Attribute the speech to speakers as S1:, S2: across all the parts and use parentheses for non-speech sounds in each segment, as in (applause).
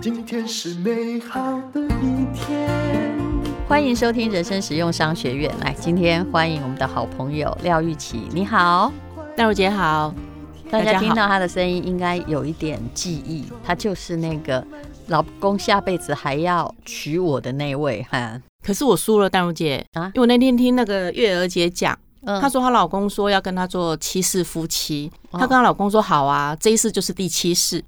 S1: 今天是美好的一天。
S2: 欢迎收听人生实用商学院。来，今天欢迎我们的好朋友廖玉琪，你好。
S3: 大茹姐好，
S2: 大
S3: 大家
S2: 家
S3: 好
S2: 听到她的声音，应该有一点记忆，她就是那个老公下辈子还要娶我的那位哈。
S3: 可是我输了，大茹姐
S2: 啊
S3: 啊，因为我那天听那个月儿姐讲，
S2: 嗯
S3: 她说她老公说要跟她做七世夫妻，
S2: 哦
S3: 她跟她老公说好啊，这一世就是第七世，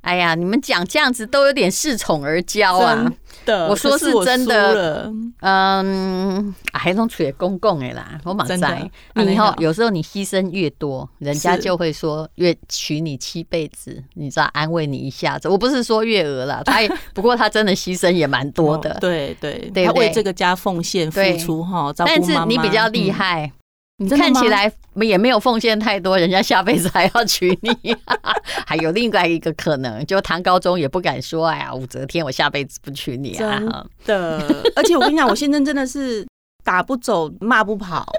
S2: 哎呀，你们讲这样子都有点恃宠而骄啊。
S3: 真的，
S2: 我说
S3: 可
S2: 是
S3: 是我
S2: 真的
S3: 输了，
S2: 嗯，还弄出也公共的啦，我马
S3: 真
S2: 在
S3: 的
S2: 你以后
S3: 安内好
S2: 有时候你牺牲越多，人家
S3: 是
S2: 就会说越娶你七辈子，你知道安慰你一下子。我不是说月娥啦，
S3: (laughs)
S2: 她也不过她真的牺牲也蛮多的
S3: 哦，对对
S2: 对，
S3: 她
S2: 不对
S3: 为这个家奉献付
S2: 对
S3: 出哈，照顾
S2: 但是
S3: 妈妈
S2: 你比较厉，
S3: 嗯
S2: 害。你
S3: 真的
S2: 看
S3: 吗
S2: 起来也没有奉献太多，人家下辈子还要娶你。 (laughs) 还有另外一个可能，就唐高宗也不敢说，哎呀，武则天，我下辈子不娶你啊。
S3: 真的，嗯而且我跟你讲，我先生真的是打不走，骂不跑。
S2: (laughs)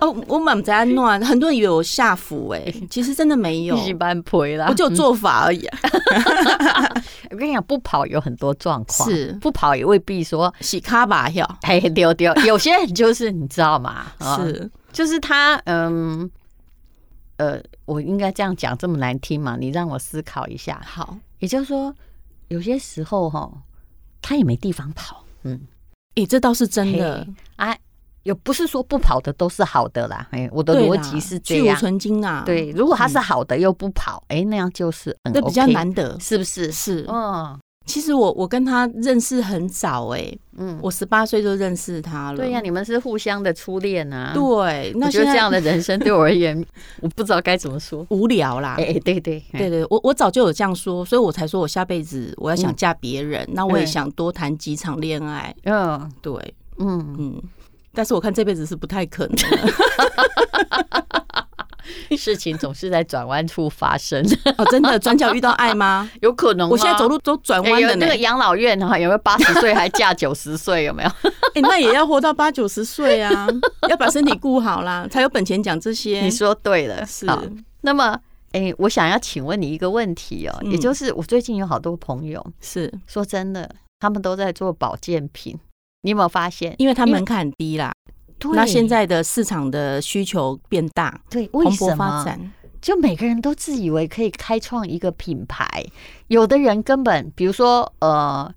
S3: 哦，我满在乱，很多人以为我下蛊哎、
S2: (laughs)
S3: 其实真的没有
S2: 一，起般陪啦。
S3: 我就有做法而已、啊。
S2: 我跟你讲，不跑有很多状况，
S3: 是
S2: 不跑也未必说
S3: 洗卡吧要
S2: 嘿丢丢。有些人就是你知道
S3: (laughs)
S2: 吗？啊，
S3: 是
S2: 就是他，嗯，呃，我应该这样讲这么难听嘛？你让我思考一下。
S3: 好，
S2: 也就是说，有些时候哈，他也没地方跑，嗯。
S3: 诶、这倒是真的
S2: 嘿，啊，也不是说不跑的都是好的啦。哎、我的
S3: 对
S2: 逻
S3: 啦
S2: 辑是这
S3: 去无
S2: 样。
S3: 存精啊，
S2: 对，，如果他是好的又不跑，哎、那样就是很
S3: 这
S2: OK,
S3: 比较难得。
S2: 是不是？
S3: 是，
S2: 嗯
S3: 其实我我跟他认识很早哎、
S2: 嗯，
S3: 我十八岁就认识他了。
S2: 对呀、你们是互相的初恋啊。
S3: 对，那
S2: 我觉得
S3: 现在
S2: 这样的人生对我而言， (laughs) 我不知道该怎么说。
S3: 无聊啦。
S2: 哎、哎对对
S3: 对
S2: 哎
S3: 对，我我早就有这样说，所以我才说我下辈子我要想
S2: 嗯
S3: 嫁别人，那我也
S2: 嗯
S3: 想多谈几场恋爱。
S2: 嗯
S3: 对，
S2: 嗯，
S3: 嗯，但是我看这辈子是不太可能了
S2: (laughs) 事情总是在转弯处发生，
S3: 哦，真的转角遇到
S2: (laughs)
S3: 爱吗？
S2: 有可能吗
S3: 我现在走。路都转
S2: 哎
S3: 弯
S2: 有
S3: 了呢
S2: 那，个养老院哈，有没有八十岁还嫁九十岁？有没有？
S3: (laughs) 哎，那也要活到八九十岁啊，要把身体顾好啦，才有本钱讲这些。
S2: 你说对 (laughs) 了，
S3: 是
S2: 好那么，诶，我想要请问你一个问题哦，
S3: 嗯
S2: 也就是我最近有好多朋友，
S3: 是，
S2: 说真的，他们都在做保健品，你有没有发现？
S3: 因为它
S2: 因为
S3: 门槛低啦，
S2: 对
S3: 那现在的市场的需求变大，
S2: 对为
S3: 蓬
S2: 什
S3: 勃
S2: 么
S3: 发展。
S2: 就每个人都自以为可以开创一个品牌？有的人根本，比如说，呃，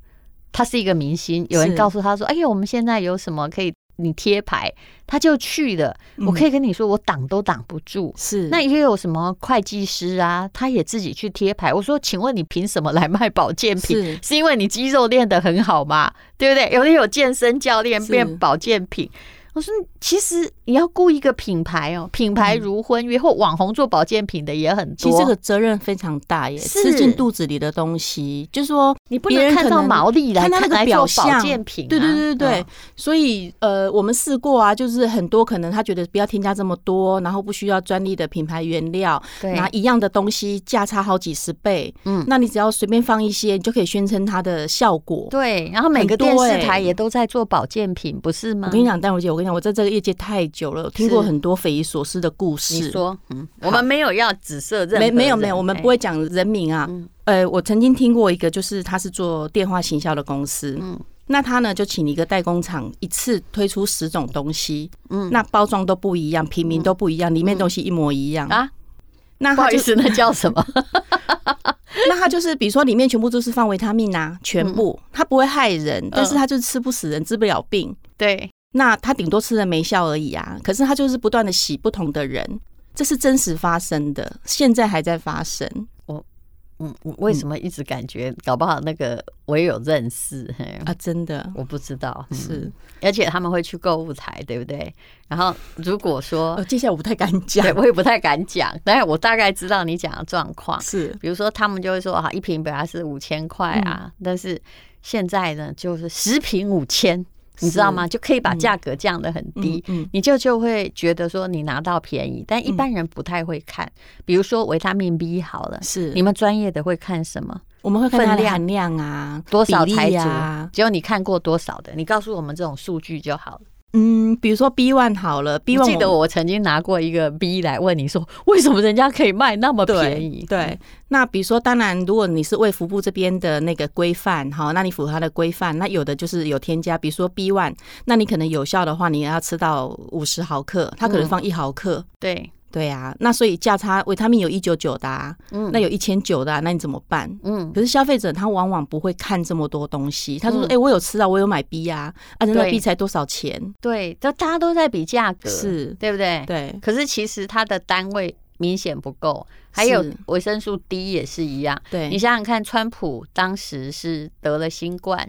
S2: 他是一个明星，有人
S3: 是
S2: 告诉他说：“哎呀，我们现在有什么可以你贴牌，他就去了。我可
S3: 以
S2: 以跟你说，我挡都挡不住。
S3: 是
S2: 那也有什么会计师啊，他也自己去贴牌。我说，请问你凭什么来卖保健品？
S3: 是
S2: 是因为你肌肉练得很好吗？对不对？有的有健身教练
S3: 是
S2: 变保健品。我说，其实你要雇一个品牌哦，品牌如婚约、或网红做保健品的也很
S3: 其
S2: 多。
S3: 实这个责任非常大耶，
S2: 是
S3: 吃进肚子里的东西，就是说，
S2: 你不
S3: 别
S2: 能
S3: 人
S2: 看
S3: 可
S2: 到
S3: 能
S2: 毛利来
S3: 看他那
S2: 看
S3: 个
S2: 来
S3: 表
S2: 做保
S3: 象
S2: 健品、啊。
S3: 对对对对对
S2: 嗯，
S3: 所以呃，我们试过啊，就是很多可能他觉得不要添加这么多，然后不需要专利的品牌原料，
S2: 对
S3: 拿一样的东西价差好几十倍，
S2: 嗯
S3: 嗯，那你只要随便放一些，你就可以宣称它的效果。
S2: 对，然后每个
S3: 很多
S2: 电视
S3: 欸
S2: 台也都在做保健品，不是吗？
S3: 我跟你讲，丹如姐，我跟你讲，我在这个业界太久了，我听
S2: 是
S3: 过很多匪夷所思的故
S2: 你
S3: 事。
S2: 说，嗯，我们没有要紫色任何
S3: 没没有
S2: 人
S3: 没有，我们
S2: 哎
S3: 不会讲人名啊。
S2: 嗯
S3: 呃，我曾经听过一个，就是他是做电话行销的公司，
S2: 嗯
S3: 那他呢就请一个代工厂一次推出十种东西，
S2: 嗯
S3: 那包装都不一样，平民都不一样，里面东西一模一样。
S2: 啊，
S3: 那
S2: 不
S3: 他
S2: 好意
S3: 就
S2: 思，那叫什
S3: (laughs)
S2: 么？
S3: 那他就是，比如说里面全部都是放维他命啊，全
S2: 嗯
S3: 部，它不会害人，但是它就是吃不死人，治不了病。
S2: 对，
S3: 那他顶多吃了没效而已啊。可是他就是不断的洗不同的人，这是真实发生的，现在还在发生。
S2: 嗯，我为什么一直感觉搞不好那个我也有认识？嘿
S3: 啊，真的
S2: 我不知道，嗯
S3: 是。
S2: 而且他们会去购物台，对不对？然后如果说
S3: 呃，，接下来我不太敢讲
S2: 对，我也不太敢讲，但是我大概知道你讲的状况。
S3: 是
S2: 比如说，他们就会说啊，一瓶本来是五千块
S3: 嗯
S2: 啊，但是现在呢，就是十瓶五千，你知道吗？就可以把价格降得很低。
S3: 嗯嗯，
S2: 你就就会觉得说你拿到便宜，但一般人不太会看。比如说维他命 B 好了，
S3: 是
S2: 你们专业的会看什么？
S3: 我们会看它
S2: 分
S3: 的
S2: 量
S3: 含量啊，
S2: 多少
S3: 比例
S2: 台
S3: 啊
S2: 足？只有你看过多少的，你告诉我们这种数据就好了。
S3: 嗯，比如说 B one 好了，B
S2: 你
S3: one
S2: 记得我曾经拿过一个 B 来问你说，为什么人家可以卖那么
S3: 对
S2: 便宜？嗯
S3: 对，那比如说，当然，如果你是卫福部这边的那个规范，哈，那你符合它的规范，那有的就是有添加，比如说 B one，那你可能有效的话，你要吃到五十毫克，它可
S2: 嗯
S3: 能放一毫克。
S2: 对，
S3: 对啊，那所以价差维他命有一九九的、啊，
S2: 嗯
S3: 那有一千九的、啊，那你怎么办？
S2: 嗯，
S3: 可是消费者他往往不会看这么多东西，他说：“哎、
S2: 嗯
S3: 我有吃啊，我有买 B 啊，啊，那
S2: 对
S3: B 才多少钱
S2: 对，这大家都在比价？”格，
S3: 是，
S2: 对不对？
S3: 对，
S2: 可是其实它的单位明显不够，还有
S3: 是
S2: 维生素 D 也是一样。
S3: 对，
S2: 你想想看，川普当时是得了新冠，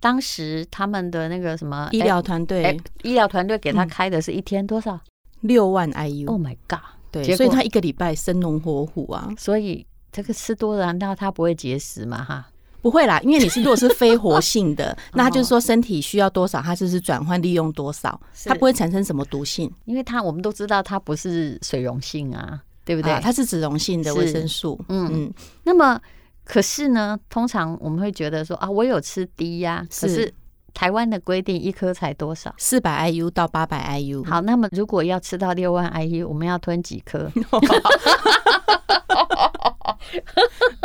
S2: 当时他们的那个什么
S3: 医疗团
S2: 哎哎
S3: 队嗯
S2: 医疗团队给他开的是一天多少、
S3: 六万 IU，、
S2: o h Oh my god！结果
S3: 对，所以他一个礼拜生龙活虎啊，
S2: 所以这个吃多了，难道他不会节食吗？哈，
S3: 不会啦，因为你是如果是非活
S2: (laughs)
S3: 性的，那他
S2: 哦
S3: 就是说身体需要多少，它就是转换利用多少，
S2: 是
S3: 它不会产生什么毒性，
S2: 因为它我们都知道它不是水溶性啊，对不对？
S3: 啊它是脂溶性的
S2: 是
S3: 维生素，
S2: 嗯
S3: 嗯
S2: 那么可是呢，通常我们会觉得说啊，我有吃 D 呀、可
S3: 是
S2: 是台湾的规定一颗才多少？
S3: 四百 IU 到八百 IU，
S2: 好，那么如果要吃到六万 IU，我们要吞几
S3: (laughs)
S2: 颗？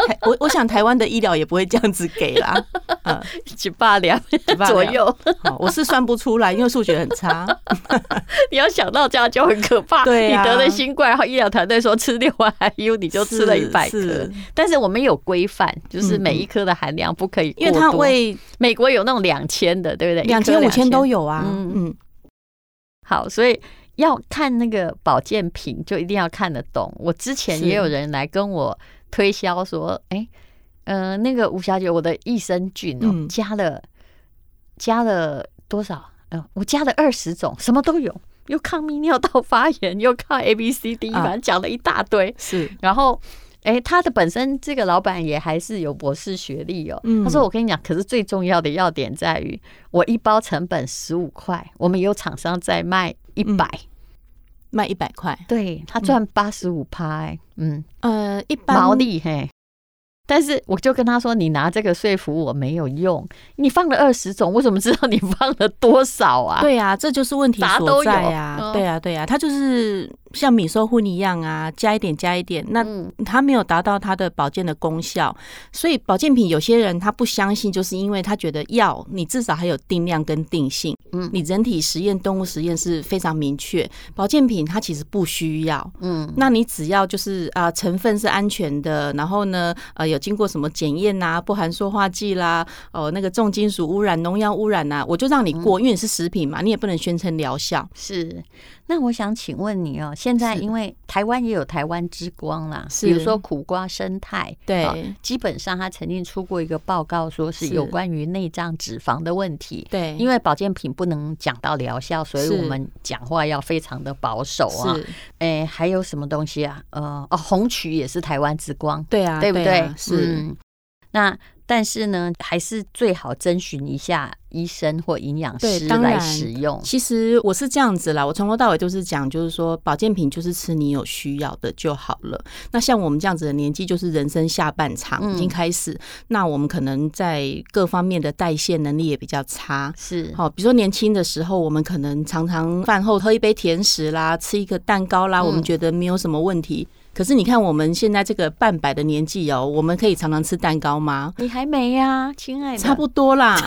S3: 台我我想台湾的医疗也不会这样子给
S2: (laughs)
S3: 啦，嗯，
S2: 几八两
S3: 八两
S2: 左右。
S3: 好哦我是算不出来，因为数学很差。
S2: (laughs) 你要想到这样就很可怕。
S3: 对啊
S2: 你得了新冠，然后医疗团队说吃六万 IU，你就吃了一百颗
S3: 是。
S2: 但是我们有规范，就是
S3: 嗯嗯
S2: 每一颗的含量不可以过
S3: 因为它
S2: 多
S3: 为
S2: 美国有那种两千的，对不对？
S3: 两
S2: 一
S3: 千
S2: 颗
S3: 五千都有啊，
S2: 嗯
S3: 嗯，
S2: 好，所以要看那个保健品，就一定要看得懂。我之前
S3: 是
S2: 也有人来跟我推销说，哎、呃，那个吴小姐，我的益生菌哦，
S3: 嗯
S2: 加了加了多少？呃，我加了二十种，什么都有，又抗泌尿道发炎，又抗 A B C D，
S3: 啊
S2: 反正讲了一大堆。
S3: 是
S2: 然后，哎，他的本身这个老板也还是有博士学历哦。
S3: 嗯
S2: 他说：“我跟你讲，可是最重要的要点在于，我一包成本十五块，我们有厂商在卖一百、
S3: 嗯卖一百块，
S2: 对他赚
S3: 嗯
S2: 八十五趴，哎嗯，
S3: 呃，一般
S2: 毛利嘿。”但是我就跟他说：“你拿这个说服我没有用，你放了二十种，我怎么知道你放了多少啊？
S3: 对啊，这就是问题
S2: 啥都
S3: 所在啊，
S2: 有嗯
S3: 对啊，对啊，它就是像米寿混一样啊，加一点加一点，那
S2: 嗯，
S3: 它没有达到它的保健的功效，所以保健品有些人他不相信，就是因为他觉得药你至少还有定量跟定性，
S2: 嗯
S3: 嗯，你人体实验、动物实验是非常明确，保健品它其实不需要，
S2: 嗯，
S3: 那你只要就是啊、成分是安全的，然后呢，呃，有经过什么检验呐，不含塑化剂啦，哦、那个重金属污染、农药污染呐、啊我就让你
S2: 嗯
S3: 过，因为你是食品嘛，你也不能宣称疗效。
S2: 是，那我想请问你哦，现在
S3: 是
S2: 因为台湾也有台湾之光啦，
S3: 是
S2: 比如说苦瓜生态，
S3: 对
S2: 啊基本上它曾经出过一个报告，说是
S3: 是
S2: 有关于内脏脂肪的问题。
S3: 对，
S2: 因为保健品不能讲到疗效，所以
S3: 是
S2: 我们讲话要非常的保守啊。
S3: 是，
S2: 哎，还有什么东西啊？呃，哦，红曲也是台湾之光，
S3: 对啊，
S2: 对不对？
S3: 啊是、
S2: 嗯那但是呢，还是最好征询一下医生或营养
S3: 对
S2: 师
S3: 当
S2: 来
S3: 然
S2: 使用。
S3: 其实我是这样子啦，我从头到尾都是讲，就是说保健品就是吃你有需要的就好了。那像我们这样子的年纪，就是人生下半场已经
S2: 嗯
S3: 开始，那我们可能在各方面的代谢能力也比较差，
S2: 是，
S3: 好，比如说年轻的时候，我们可能常常饭后喝一杯甜食啦，吃一个蛋糕啦，我们
S2: 嗯
S3: 觉得没有什么问题。可是你看我们现在这个半百的年纪哦，我们可以常常吃蛋糕吗？
S2: 你还没
S3: 啊
S2: 呀、亲爱的，
S3: 差不
S2: (laughs)
S3: 多啦。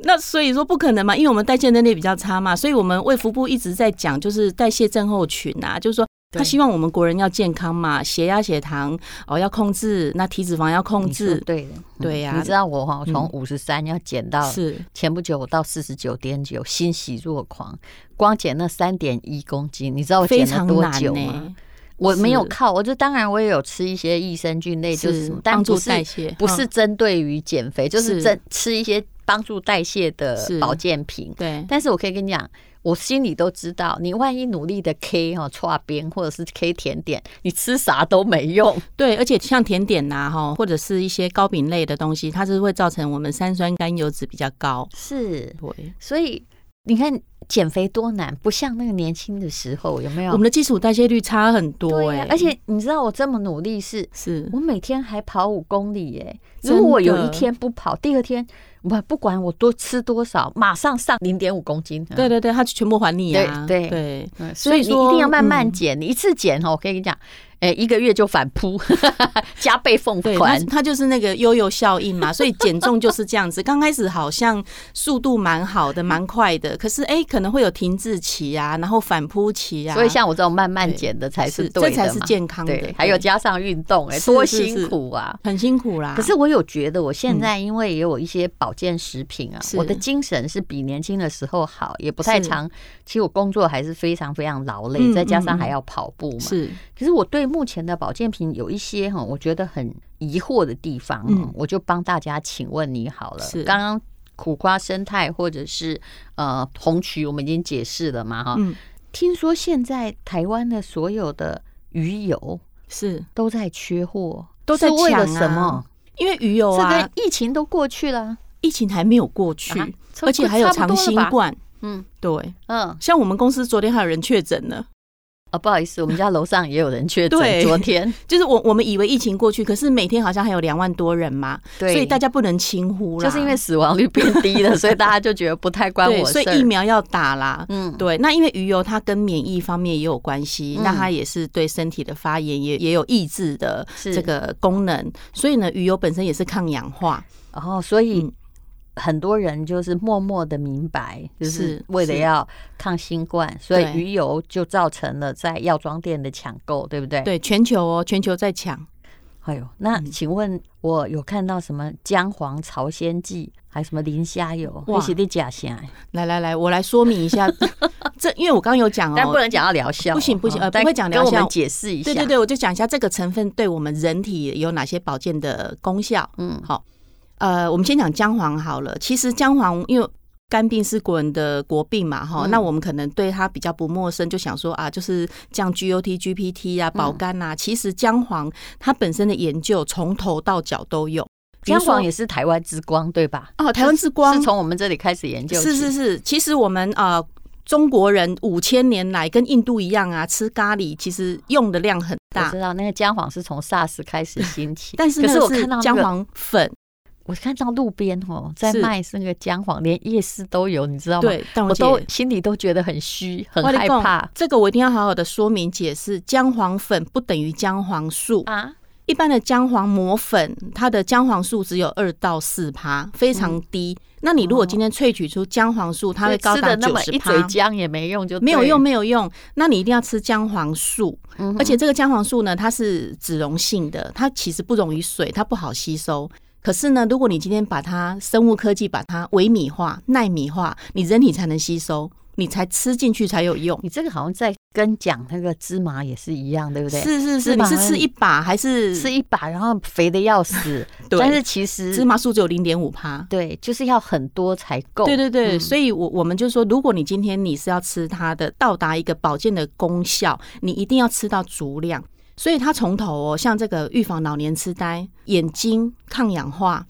S3: 那所以说不可能嘛，因为我们代谢能力比较差嘛，所以我们卫福部一直在讲，就是代谢症候群啊，就是说
S2: 对
S3: 他希望我们国人要健康嘛，血压、血糖哦要控制，那体脂肪要
S2: 你
S3: 控
S2: 说
S3: 制，
S2: 对的，
S3: 对呀
S2: 嗯你知道我哈，
S3: 嗯
S2: 从五十三要减到
S3: 是
S2: 前不久我到四十九点九，欣喜若狂，光减那三点一公斤，你知道我
S3: 非
S2: 减了
S3: 常
S2: 多
S3: 难
S2: 久
S3: 呢、
S2: 吗？我没有
S3: 是
S2: 靠，我就当然我也有吃一些益生菌类，就是什么，但
S3: 帮
S2: 不
S3: 助
S2: 是
S3: 代谢，
S2: 不是
S3: 嗯
S2: 针对于减肥，就是
S3: 是
S2: 针吃一些帮助代谢的
S3: 是
S2: 保健品。
S3: 对
S2: 但是我可以跟你讲，我心里都知道，你万一努力的 K 哈搓边或者是 K 甜点，你吃啥都没用。
S3: 对，而且像甜点呐、哈，或者是一些糕饼类的东西，它是会造成我们三酸甘油脂比较高。
S2: 是，
S3: 对，
S2: 所以你看，减肥多难，不像那个年轻的时候，有没有？
S3: 我们的基础代谢率差很多
S2: 对
S3: 哎、
S2: 呀、而且你知道我这么努力是，
S3: 是
S2: 我每天还跑五公里耶、
S3: 真
S2: 如果我有
S3: 的
S2: 一天不跑，第二天我不管我多吃多少，马上上零点五公斤。嗯
S3: 对对对，他全部还你啊！
S2: 对对
S3: 对，
S2: 嗯
S3: 所
S2: 所
S3: 以
S2: 以你一定
S3: 说
S2: 要慢慢
S3: 嗯
S2: 减，你一次减哦，我跟你讲，哎、一个月就反扑， (laughs) 加倍奉
S3: 对，它
S2: 还。
S3: 它就是那个悠悠效应嘛，所以减重就是这样子。 (laughs) 刚开始好像速度蛮好的，蛮快的，可是哎、可能会有停滞期啊，然后反扑期啊，
S2: 所以像我这种慢慢
S3: 对
S2: 减的才是
S3: 是
S2: 对的
S3: 这才是
S2: 嘛
S3: 健康的
S2: 对
S3: 对
S2: 还有加上运动、哎，
S3: 是
S2: 多
S3: 是是
S2: 辛苦啊！
S3: 很辛苦啦。
S2: 可是我有觉得，我现在因为也有一些保健食品啊，
S3: 嗯是
S2: 我的精神是比年轻的时候好，也不太
S3: 是
S2: 常。其实我工作还是非常非常劳累，
S3: 嗯
S2: 再加
S3: 嗯
S2: 上
S3: 嗯
S2: 还要跑步嘛。
S3: 是
S2: 可是我对目前的保健品有一些哈，我觉得很疑惑的地方，哦
S3: 嗯
S2: 我就帮大家请问你好了
S3: 是。
S2: 刚刚苦瓜、生态或者是呃红曲，我们已经解释了嘛哈。
S3: 嗯
S2: 听说现在台湾的所有的鱼油
S3: 是，
S2: 都在缺货，
S3: 都在
S2: 是为了
S3: 抢啊
S2: 什么？
S3: 因为鱼油
S2: 这
S3: 啊
S2: 跟，疫情都过去了，
S3: 疫情还没有过去，
S2: 啊
S3: 而且还有
S2: 差不
S3: 长
S2: 多了
S3: 新
S2: 吧
S3: 冠。
S2: 嗯
S3: 对，
S2: 嗯，
S3: 像我们公司昨天还有人确诊呢，
S2: 哦，不好意思，我们家楼上也有人确诊，
S3: 对
S2: 昨
S3: (laughs)
S2: 天，
S3: 就是我我们以为疫情过去，可是每天好像还有两万多人嘛，
S2: 对，
S3: 所以大家不能轻忽啦。
S2: 就是因为死亡率变低了，所以大家就觉得不太关
S3: 对，
S2: 我事
S3: 所
S2: 儿。
S3: 以疫苗要打啦。
S2: 嗯，
S3: 对，那因为鱼油它跟免疫方面也有关系，
S2: 嗯
S3: 那它也是对身体的发炎也也有抑制的
S2: 是
S3: 这个功能，所以呢，鱼油本身也是抗氧化，
S2: 然后哦所以
S3: 嗯
S2: 很多人就是默默的明白，就是
S3: 是
S2: 为了
S3: 是
S2: 要抗新冠，所以
S3: 对
S2: 鱼油就造成了在药妆店的抢购，对不对？。
S3: 对嗯全球哦，全球在抢。
S2: 哎呦，那请问我有看到什么姜黄朝鲜蓟，还有什么磷虾油，
S3: 哇
S2: 一起的假虾，
S3: 来来来，我来说明一下， (laughs) 这因为我刚刚有讲
S2: 但不
S3: 哦。
S2: 能讲到疗效哦，
S3: 不行不行呃
S2: 但
S3: 不会讲疗效
S2: 跟我们解释一下。
S3: 对对对，我就讲一下这个成分对我们人体有哪些保健的功效。
S2: 嗯，
S3: 好，呃，我们先讲姜黄好了。其实姜黄因为肝病是国人的国病嘛，哈、
S2: 嗯
S3: 那我们可能对它比较不陌生，就想说啊，就是像 GOT、GPT
S2: 嗯
S3: 啊、保肝啊。其实姜黄它本身的研究从头到脚都有，比如
S2: 姜
S3: 说
S2: 黄也是台湾之光，对吧？
S3: 哦，台湾之光
S2: 是从我们这里开始研究起，
S3: 是是是，其实我们啊、呃中国人五千年来跟印度一样啊，吃咖喱其实用的量很
S2: 我
S3: 大
S2: 知，道那个姜黄是从 SARS 开始兴起，
S3: (laughs) 但是
S2: 可
S3: 那
S2: 是我
S3: 个是
S2: 看到那
S3: 姜
S2: 个，
S3: 黄粉，
S2: 我看到路边哦，在
S3: 是
S2: 卖那个姜黄，连夜市都有，你知道吗？
S3: 对，但
S2: 我
S3: 姐
S2: 都心里都觉得很虚，很
S3: 我跟
S2: 害
S3: 你讲
S2: 怕
S3: 这个我一定要好好的说明解释，姜黄粉不等于姜黄素。
S2: 啊。
S3: 一般的姜黄磨粉，它的姜黄素只有二到四趴，非常低。那你如果今天萃取出姜黄素，它
S2: 所
S3: 会
S2: 以
S3: 高
S2: 嗯哦吃
S3: 达
S2: 的那
S3: 九
S2: 么
S3: 十
S2: 一
S3: 趴，
S2: 嘴姜也没用就，就
S3: 没有用，，没有用。那你一定要吃姜黄素，
S2: 嗯哼
S3: 而且这个姜黄素呢，它是脂溶性的，它其实不溶于水，它不好吸收。可是呢，如果你今天把它生物科技把它微米化、纳米化，你人体才能吸收，你才吃进去才有用。
S2: 你这个好像在跟讲那个芝麻也是一样，对不对？
S3: 是是
S2: 芝
S3: 是，你
S2: 麻
S3: 是
S2: 会
S3: 吃一把还是
S2: 吃一把，然后肥的要死，
S3: (laughs) 对
S2: 但是其
S3: 芝
S2: 实
S3: 麻素只有零点五趴？
S2: 对，就是要很多才够。
S3: 对对对，
S2: 嗯
S3: 所以我我们就说，如果你今天你是要吃它的，到达一个保健的功效，你一定要吃到足量。所以它从头哦，像这个预防老年痴呆、眼睛抗氧化，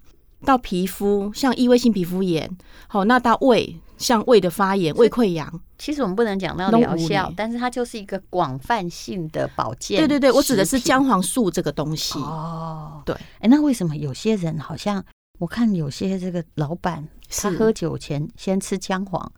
S3: 到皮肤像异位性皮肤炎，好、那到胃像胃的发炎、胃溃疡，
S2: 其实我们不能讲到
S3: 拢
S2: 疗
S3: 有
S2: 效
S3: 呢，
S2: 但是它就是一个广泛性的保健。
S3: 对对对，我指的是姜。黄素这个东西。
S2: 哦，
S3: 对
S2: 哎，那为什么有些人好像我看有些这个老板，他
S3: 是
S2: 喝酒前先吃姜黄，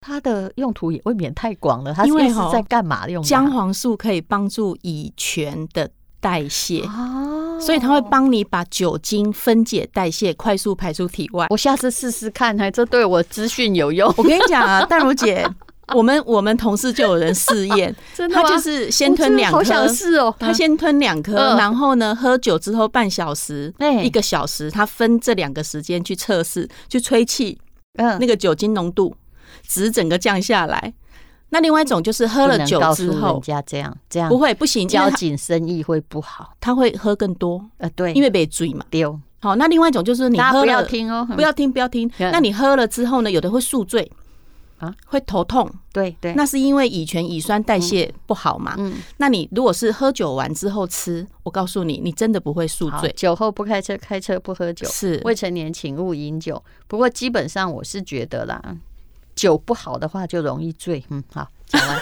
S2: 他的用途也未免太广了。他是
S3: 因为
S2: 又是
S3: 吼
S2: 在干嘛用的啊？
S3: 姜黄素可以帮助乙醛的代谢。
S2: 哦，
S3: 所以它会。帮你把酒精分解代谢，快速排出体外。
S2: 我下次试试看，哎，这对我资讯有
S3: (laughs)
S2: 用，
S3: 我跟你讲啊，淡如姐， (laughs) 我们我们同事就有人试验，
S2: (laughs) 真的
S3: 他
S2: 吗
S3: 就是先
S2: 我真
S3: 吞
S2: 的
S3: 两
S2: 好
S3: 颗，
S2: 想试哦。
S3: 他先吞两颗，
S2: 嗯
S3: 然后呢，喝酒之后半小时、
S2: 哎
S3: 一个小时，他分这两个时间去测试，去吹气
S2: 嗯
S3: 那个酒精浓度，值整个降下来。那另外一种就是喝
S2: 不
S3: 了
S2: 能
S3: 酒
S2: 告
S3: 之
S2: 诉人
S3: 后，
S2: 家这样这样
S3: 不会不行，因
S2: 交
S3: 为他
S2: 紧生意会不好。
S3: 他会喝更多，
S2: 呃，对，
S3: 因为被醉嘛。
S2: 丢，
S3: 好，那另外一种就是你
S2: 大家
S3: 喝
S2: 不要
S3: 了
S2: 听哦，
S3: 不要听，不要听。
S2: 嗯
S3: 那你喝了之后呢？有的会宿醉
S2: 啊，
S3: 会头痛，
S2: 对对，
S3: 那是因为乙醛、乙酸代谢不好嘛。
S2: 哎嗯，
S3: 那你如果是喝酒完之后吃，我告诉你，你真的不会宿
S2: 好
S3: 醉。
S2: 酒后不开车，开车不喝酒，
S3: 是
S2: 未成年请勿饮酒。不过基本上我是觉得啦，酒不好的话就容易醉。嗯，好，
S3: 啊
S2: 讲完。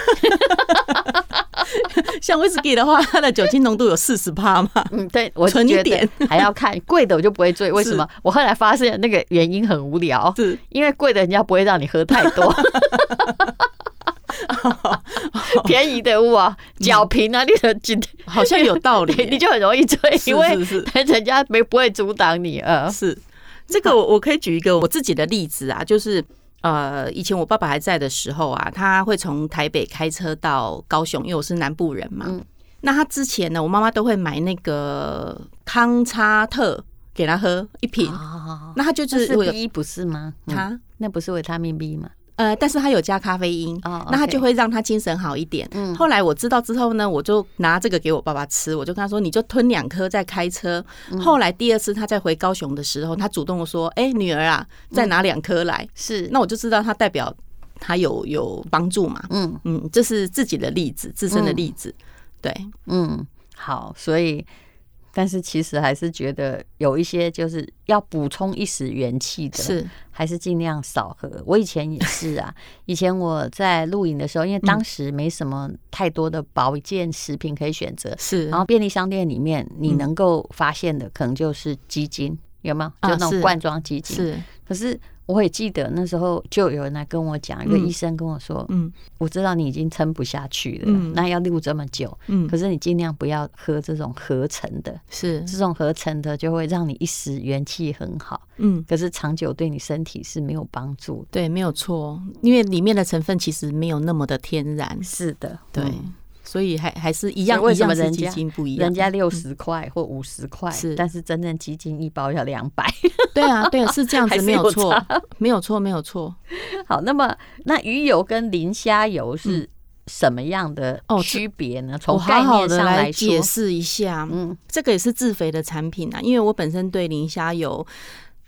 S3: 像威士忌的话，它的酒精浓度有四十趴
S2: (laughs)
S3: 嘛，
S2: 嗯，对，我
S3: 存一
S2: 觉得
S3: 点
S2: (laughs) 还要看贵的，我就不会醉。为什么？我后来发现那个原因很无聊，
S3: 是
S2: 因为贵的人家不会让你喝太
S3: (laughs)
S2: 多，便宜的哇，
S3: 嗯
S2: 脚平啊，你的今天
S3: 好像有道理耶。
S2: (laughs) 你就很容易醉，
S3: 是
S2: 因为
S3: 是是 (laughs)
S2: 人家没不会阻挡你。呃，
S3: 是这个我我可以举一个我自己的例子啊，就是。呃，以前我爸爸还在的时候啊，他会从台北开车到高雄，因为我是南部人嘛。
S2: 嗯
S3: 那他之前呢，我妈妈都会买那个康差特给他喝一瓶，
S2: 哦，
S3: 那他就
S2: 这
S3: 是
S2: 是
S3: 会有
S2: B 不是吗？嗯，
S3: 他、
S2: 那不是维他命 B 吗？
S3: 呃，但是他有加咖啡因，
S2: 哦
S3: 那他
S2: OK
S3: 就会让他精神好一点。
S2: 嗯
S3: 后来我知道之后呢，我就拿这个给我爸爸吃，我就跟他说，你就吞两颗再开车。
S2: 嗯
S3: 后来第二次他再回高雄的时候，他主动地说，哎、女儿啊，再拿两颗来。
S2: 是，
S3: 那我就知道他代表他有有帮助嘛。
S2: 嗯
S3: 嗯，这是自己的例子，自身的例子。对，
S2: 嗯，好，所以。但是其实还是觉得有一些就是要补充一时元气的，
S3: 是
S2: 还是尽量少喝。我以前也是
S3: (laughs)
S2: 啊，以前我在露营的时候，因为当时没什么太多的保健食品可以选择，
S3: 是嗯
S2: 然后便利商店里面你能够发现的，可能就是鸡精，有没有？
S3: 啊
S2: 就那种
S3: 是
S2: 罐装鸡精。
S3: 是，
S2: 可是我也记得那时候就有人来跟我讲，一个
S3: 嗯
S2: 医生跟我说，
S3: 嗯
S2: 我知道你已经撑不下去了，
S3: 嗯
S2: 那要录这么久，
S3: 嗯
S2: 可，是你尽量不要喝这种合成的，
S3: 是
S2: 这种合成的就会让你一时元气很好。
S3: 嗯。
S2: 可是长久对你身体是没有帮助的。
S3: 对，没有错，因为里面的成分其实没有那么的天然，
S2: 是的，
S3: 对，
S2: 嗯
S3: 所以还还是一
S2: 所以
S3: 样，
S2: 为
S3: 一
S2: 什么
S3: 样是
S2: 人
S3: 基
S2: 家
S3: 金不一样，
S2: 人家六十块或五十块，
S3: 嗯是
S2: 但是真正基金一包要两百。
S3: (laughs)
S2: (laughs)
S3: 对啊，对啊，是这样
S2: 还
S3: 子，
S2: 是
S3: 没
S2: 有
S3: 有错
S2: 差，
S3: 没有错，没有错。
S2: 好，那么那鱼油跟磷虾油是什么样的
S3: 嗯哦这
S2: 区别呢？
S3: 我
S2: 从概
S3: 好好
S2: 念
S3: 的
S2: 上说，
S3: 来解释一下，
S2: 嗯，
S3: 这个也是自肥的产品啊，因为我本身对磷虾油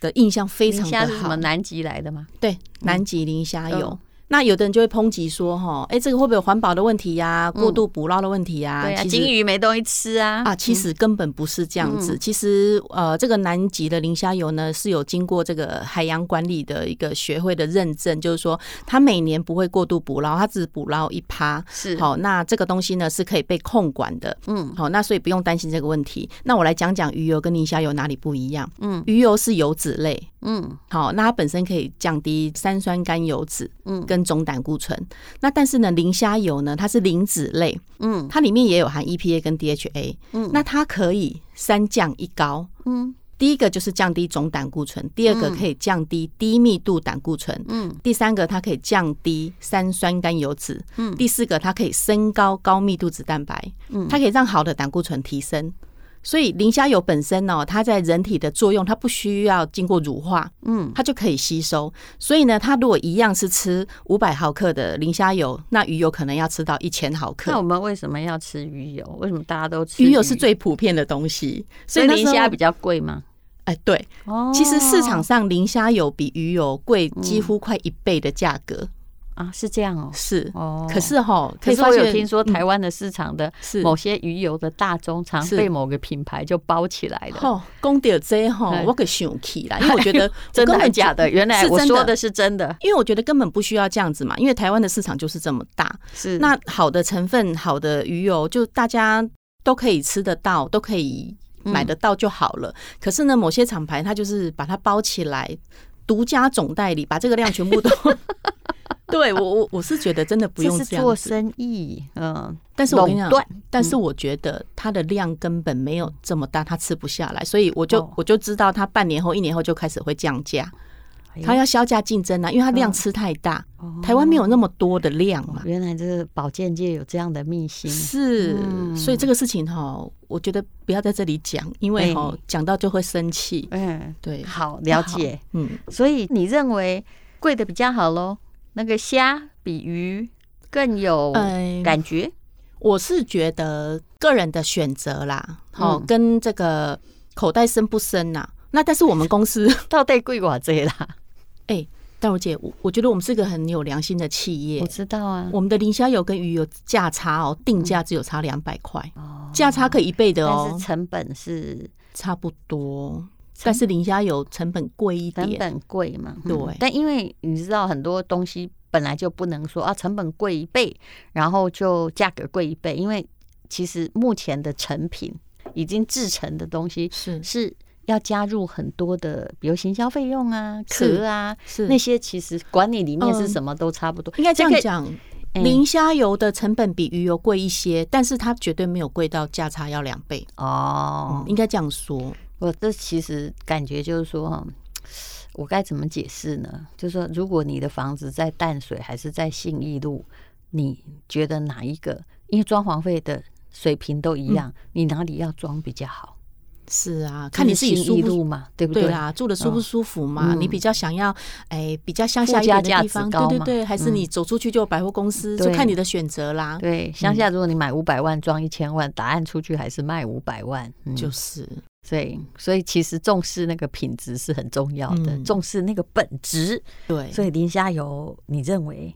S3: 的印象非
S2: 磷
S3: 常
S2: 虾
S3: 的
S2: 是什
S3: 好
S2: 么，南极来的吗？
S3: 对，南极磷虾油。
S2: 嗯
S3: 那有的人就会抨击说，哈，哎，这个会不会有环保的问题呀、过度捕捞的问题
S2: 嗯
S3: 呀、
S2: 对啊，
S3: 其实
S2: 金鱼没东西吃啊。
S3: 啊，其实根本不是这样
S2: 嗯
S3: 子。其实呃，这个南极的磷虾油呢，是有经过这个海洋管理的一个学会的认证，就是说它每年不会过度捕捞，它只捕捞一趴。
S2: 嗯是
S3: 好，那这个东西呢是可以被控管的，
S2: 嗯，
S3: 好，那所以不用担心这个问题。那我来讲讲鱼油跟磷虾油哪里不一样。
S2: 嗯
S3: 鱼油是油脂类，
S2: 嗯
S3: 好，那它本身可以降低三酸甘油脂
S2: 嗯
S3: 跟总胆固醇。那但是呢，磷虾油呢，它是磷脂类，
S2: 嗯
S3: 它里面也有含 EPA 跟 DHA，
S2: 嗯
S3: 那它可以三降一高。
S2: 嗯
S3: 第一个就是降低总胆固醇，第二个可以降低低密度胆固醇，
S2: 嗯
S3: 第三个它可以降低三酸甘油脂，
S2: 嗯
S3: 第四个它可以升高高密度脂蛋白，
S2: 嗯
S3: 它可以让好的胆固醇提升。所以磷虾油本身哦，它在人体的作用，它不需要经过乳化，
S2: 嗯，
S3: 它就可以吸收。所以呢，它如果一样是吃五百毫克的磷虾油，那鱼油可能要吃到一千毫克
S2: 那。我们为什么要吃鱼油？为什么大家都吃
S3: 鱼油是最普遍的东西，
S2: 所
S3: 所
S2: 以
S3: 以那
S2: 磷
S3: 时候
S2: 虾比较贵吗？
S3: 哎，对，
S2: 哦嗯
S3: 其实市场上磷虾油比鱼油贵几乎快一倍的价格，
S2: 啊是这样哦。
S3: 是。
S2: 哦，
S3: 可是哈，
S2: 可
S3: 以
S2: 是
S3: 发
S2: 我
S3: 现
S2: 有听说
S3: 嗯
S2: 台湾的市场的
S3: 是
S2: 某些鱼油的大宗常
S3: 是
S2: 被某个品牌就包起来了。
S3: 哦，公掉这吼
S2: 哎，
S3: 我给想起啦，因为
S2: (laughs)
S3: 我觉得
S2: 真的
S3: 我根
S2: 还
S3: 本
S2: 假的？
S3: 就
S2: 原来
S3: 是
S2: 我
S3: 真
S2: 说的，是真的，
S3: 因为我觉得根本不需要这样子嘛，因为台湾的市场就是这么大，
S2: 是
S3: 那好的成分、好的鱼油，就大家都可以吃得到，都可以买得到就好了。可是呢，某些厂牌它就是把它包起来，独家总代理，把这个量
S2: (laughs)
S3: 全部都。对我我我是觉得真的不
S2: 这
S3: 用
S2: 是
S3: 这样
S2: 做
S3: 子
S2: 生意，嗯，
S3: 但是我跟你
S2: 垄
S3: 讲
S2: 断，嗯
S3: 但是我觉得它的量根本没有这么大，它吃不下来，所以我就、
S2: 哦
S3: 我就知道它半年后、一年后就开始会降价，
S2: 哎呦嗯
S3: 它要销价竞争啊，因为它量吃太大，台湾没有那么多的量嘛。
S2: 哦原来这个保健界有这样的秘辛，
S3: 是，
S2: 嗯
S3: 所以这个事情哈，我觉得不要在这里讲，因为哈
S2: 哎
S3: 讲到就会生气。
S2: 嗯，
S3: 对，
S2: 好了解。
S3: 嗯，
S2: 所以你认为贵的比较好喽？那个虾比鱼更有
S3: 哎
S2: 感觉，
S3: 我是觉得个人的选择啦，哦
S2: 嗯，
S3: 跟这个口袋深不深呐、那但是我们
S2: (laughs)
S3: 公司，
S2: 到底贵寡这啦？
S3: 哎，戴茹姐，我我觉得我们是个很有良心的企业
S2: 我，知道啊，
S3: 我们的磷虾油跟鱼油价差哦，定价只有差两百块，价差可以一倍
S2: 嗯
S3: 的
S2: 但
S3: 哦
S2: 是，成本是
S3: 差不多。但是磷虾油成本贵一
S2: 成
S3: 点，
S2: 本贵嘛，嗯
S3: 对
S2: 但因为你知道很多东西本来就不能说啊成本贵一倍，然后就价格贵一倍，因为其实目前的成品已经制成的东西
S3: 是
S2: 是要加入很多的，比如行销费用啊、
S3: 是
S2: 壳啊
S3: 是
S2: 那些，其实管你里面是
S3: 嗯
S2: 什么都差不多。
S3: 应该这样
S2: 个
S3: 讲。
S2: 哎
S3: 磷虾油的成本比鱼油贵一些，但是它绝对没有贵到价差要两倍，
S2: 哦，
S3: 应该这样说。
S2: 我这其实感觉就是说，哈，我该怎么解释呢？就是说，如果你的房子在淡水还是在信义路，你觉得哪一个？因为装潢费的水平都一样，你哪里要装比较好？
S3: 是啊，嗯看你自己
S2: 就是
S3: 舒
S2: 信义
S3: 不
S2: 路嘛，对不
S3: 对啊啦，住的舒不
S2: 嗯
S3: 舒服嘛？
S2: 嗯
S3: 你比较想要，哎，比较乡下一点
S2: 附
S3: 的
S2: 加价
S3: 地
S2: 值
S3: 方，
S2: 高
S3: 对
S2: 嘛
S3: 对对，还是
S2: 嗯
S3: 你走出去就有百货公司，就
S2: 对
S3: 看你的选择啦。
S2: 对，乡下如果你买五百万装一千万，答案出去还是卖五百万，嗯、
S3: 就是
S2: 所以所以其实重视那个品质是很重要的，
S3: 嗯
S2: 重视那个本质。
S3: 对，
S2: 所以磷虾油，你认为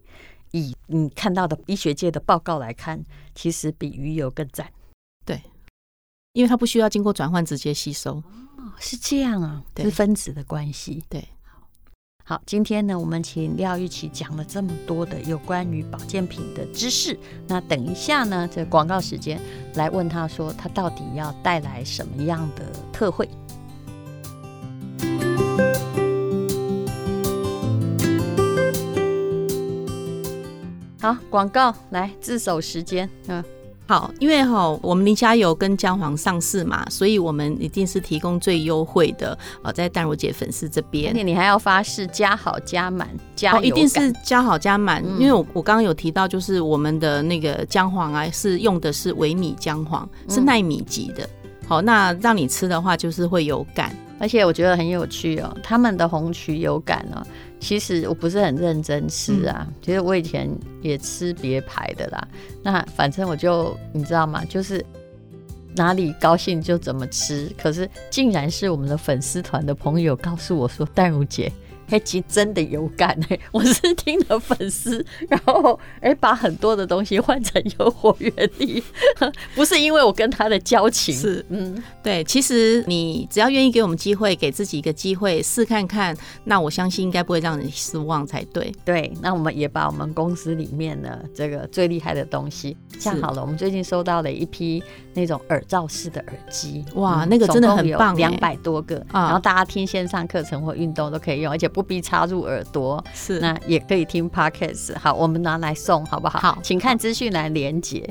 S2: 以你看到的医学界的报告来看，其实比鱼油更赞、
S3: 因为它不需要经过转换直接吸收。
S2: 是这样啊，
S3: 对
S2: 是分子的关系。
S3: 对，
S2: 好，今天呢，我们请廖玉琪讲了这么多的有关于保健品的知识。那等一下呢，这广告时间来问他说，他到底要带来什么样的特惠？好，广告来自首时间，嗯，
S3: 好，因为哈、我们林家油跟姜黄上市嘛，所以我们一定是提供最优惠的呃，在淡如姐粉丝这
S2: 而
S3: 边
S2: 且。你还要发誓加好、加满、加油、
S3: 哦，一定是加好加满，
S2: 嗯
S3: 因为我我刚刚有提到，就是我们的那个姜黄啊，是用的是微米姜黄，是
S2: 嗯
S3: 纳米级的。好，那让你吃的话，就是会有感。
S2: 而且我觉得很有趣哦，他们的红曲有感哦。其实我不是很认真吃啊，其实我以前也吃别牌的啦。那反正我就你知道吗？就是哪里高兴就怎么吃。可是竟然是我们的粉丝团的朋友告诉我说，淡如姐。嘿，其实真的有感哎、 (laughs) 我是听了粉丝，然后哎、把很多的东西换成有火原力， (laughs) 不是因为我跟他的交情，
S3: 是
S2: 嗯，
S3: 对，其实你只要愿意给我们机会，给自己一个机会试看看，那我相信应该不会让你失望才对。
S2: 对，那我们也把我们公司里面呢这个最厉害的东西，像好了，我们最近收到了一批那种耳罩式的耳机，嗯
S3: 哇那个真的很棒
S2: 两
S3: 欸
S2: 百多个，
S3: 啊
S2: 然后大家听线上课程或运动都可以用，而且不必插入耳朵，
S3: 是
S2: 那也可以听 podcast。好，我们拿来送好不好？
S3: 好
S2: 请看资讯栏连接。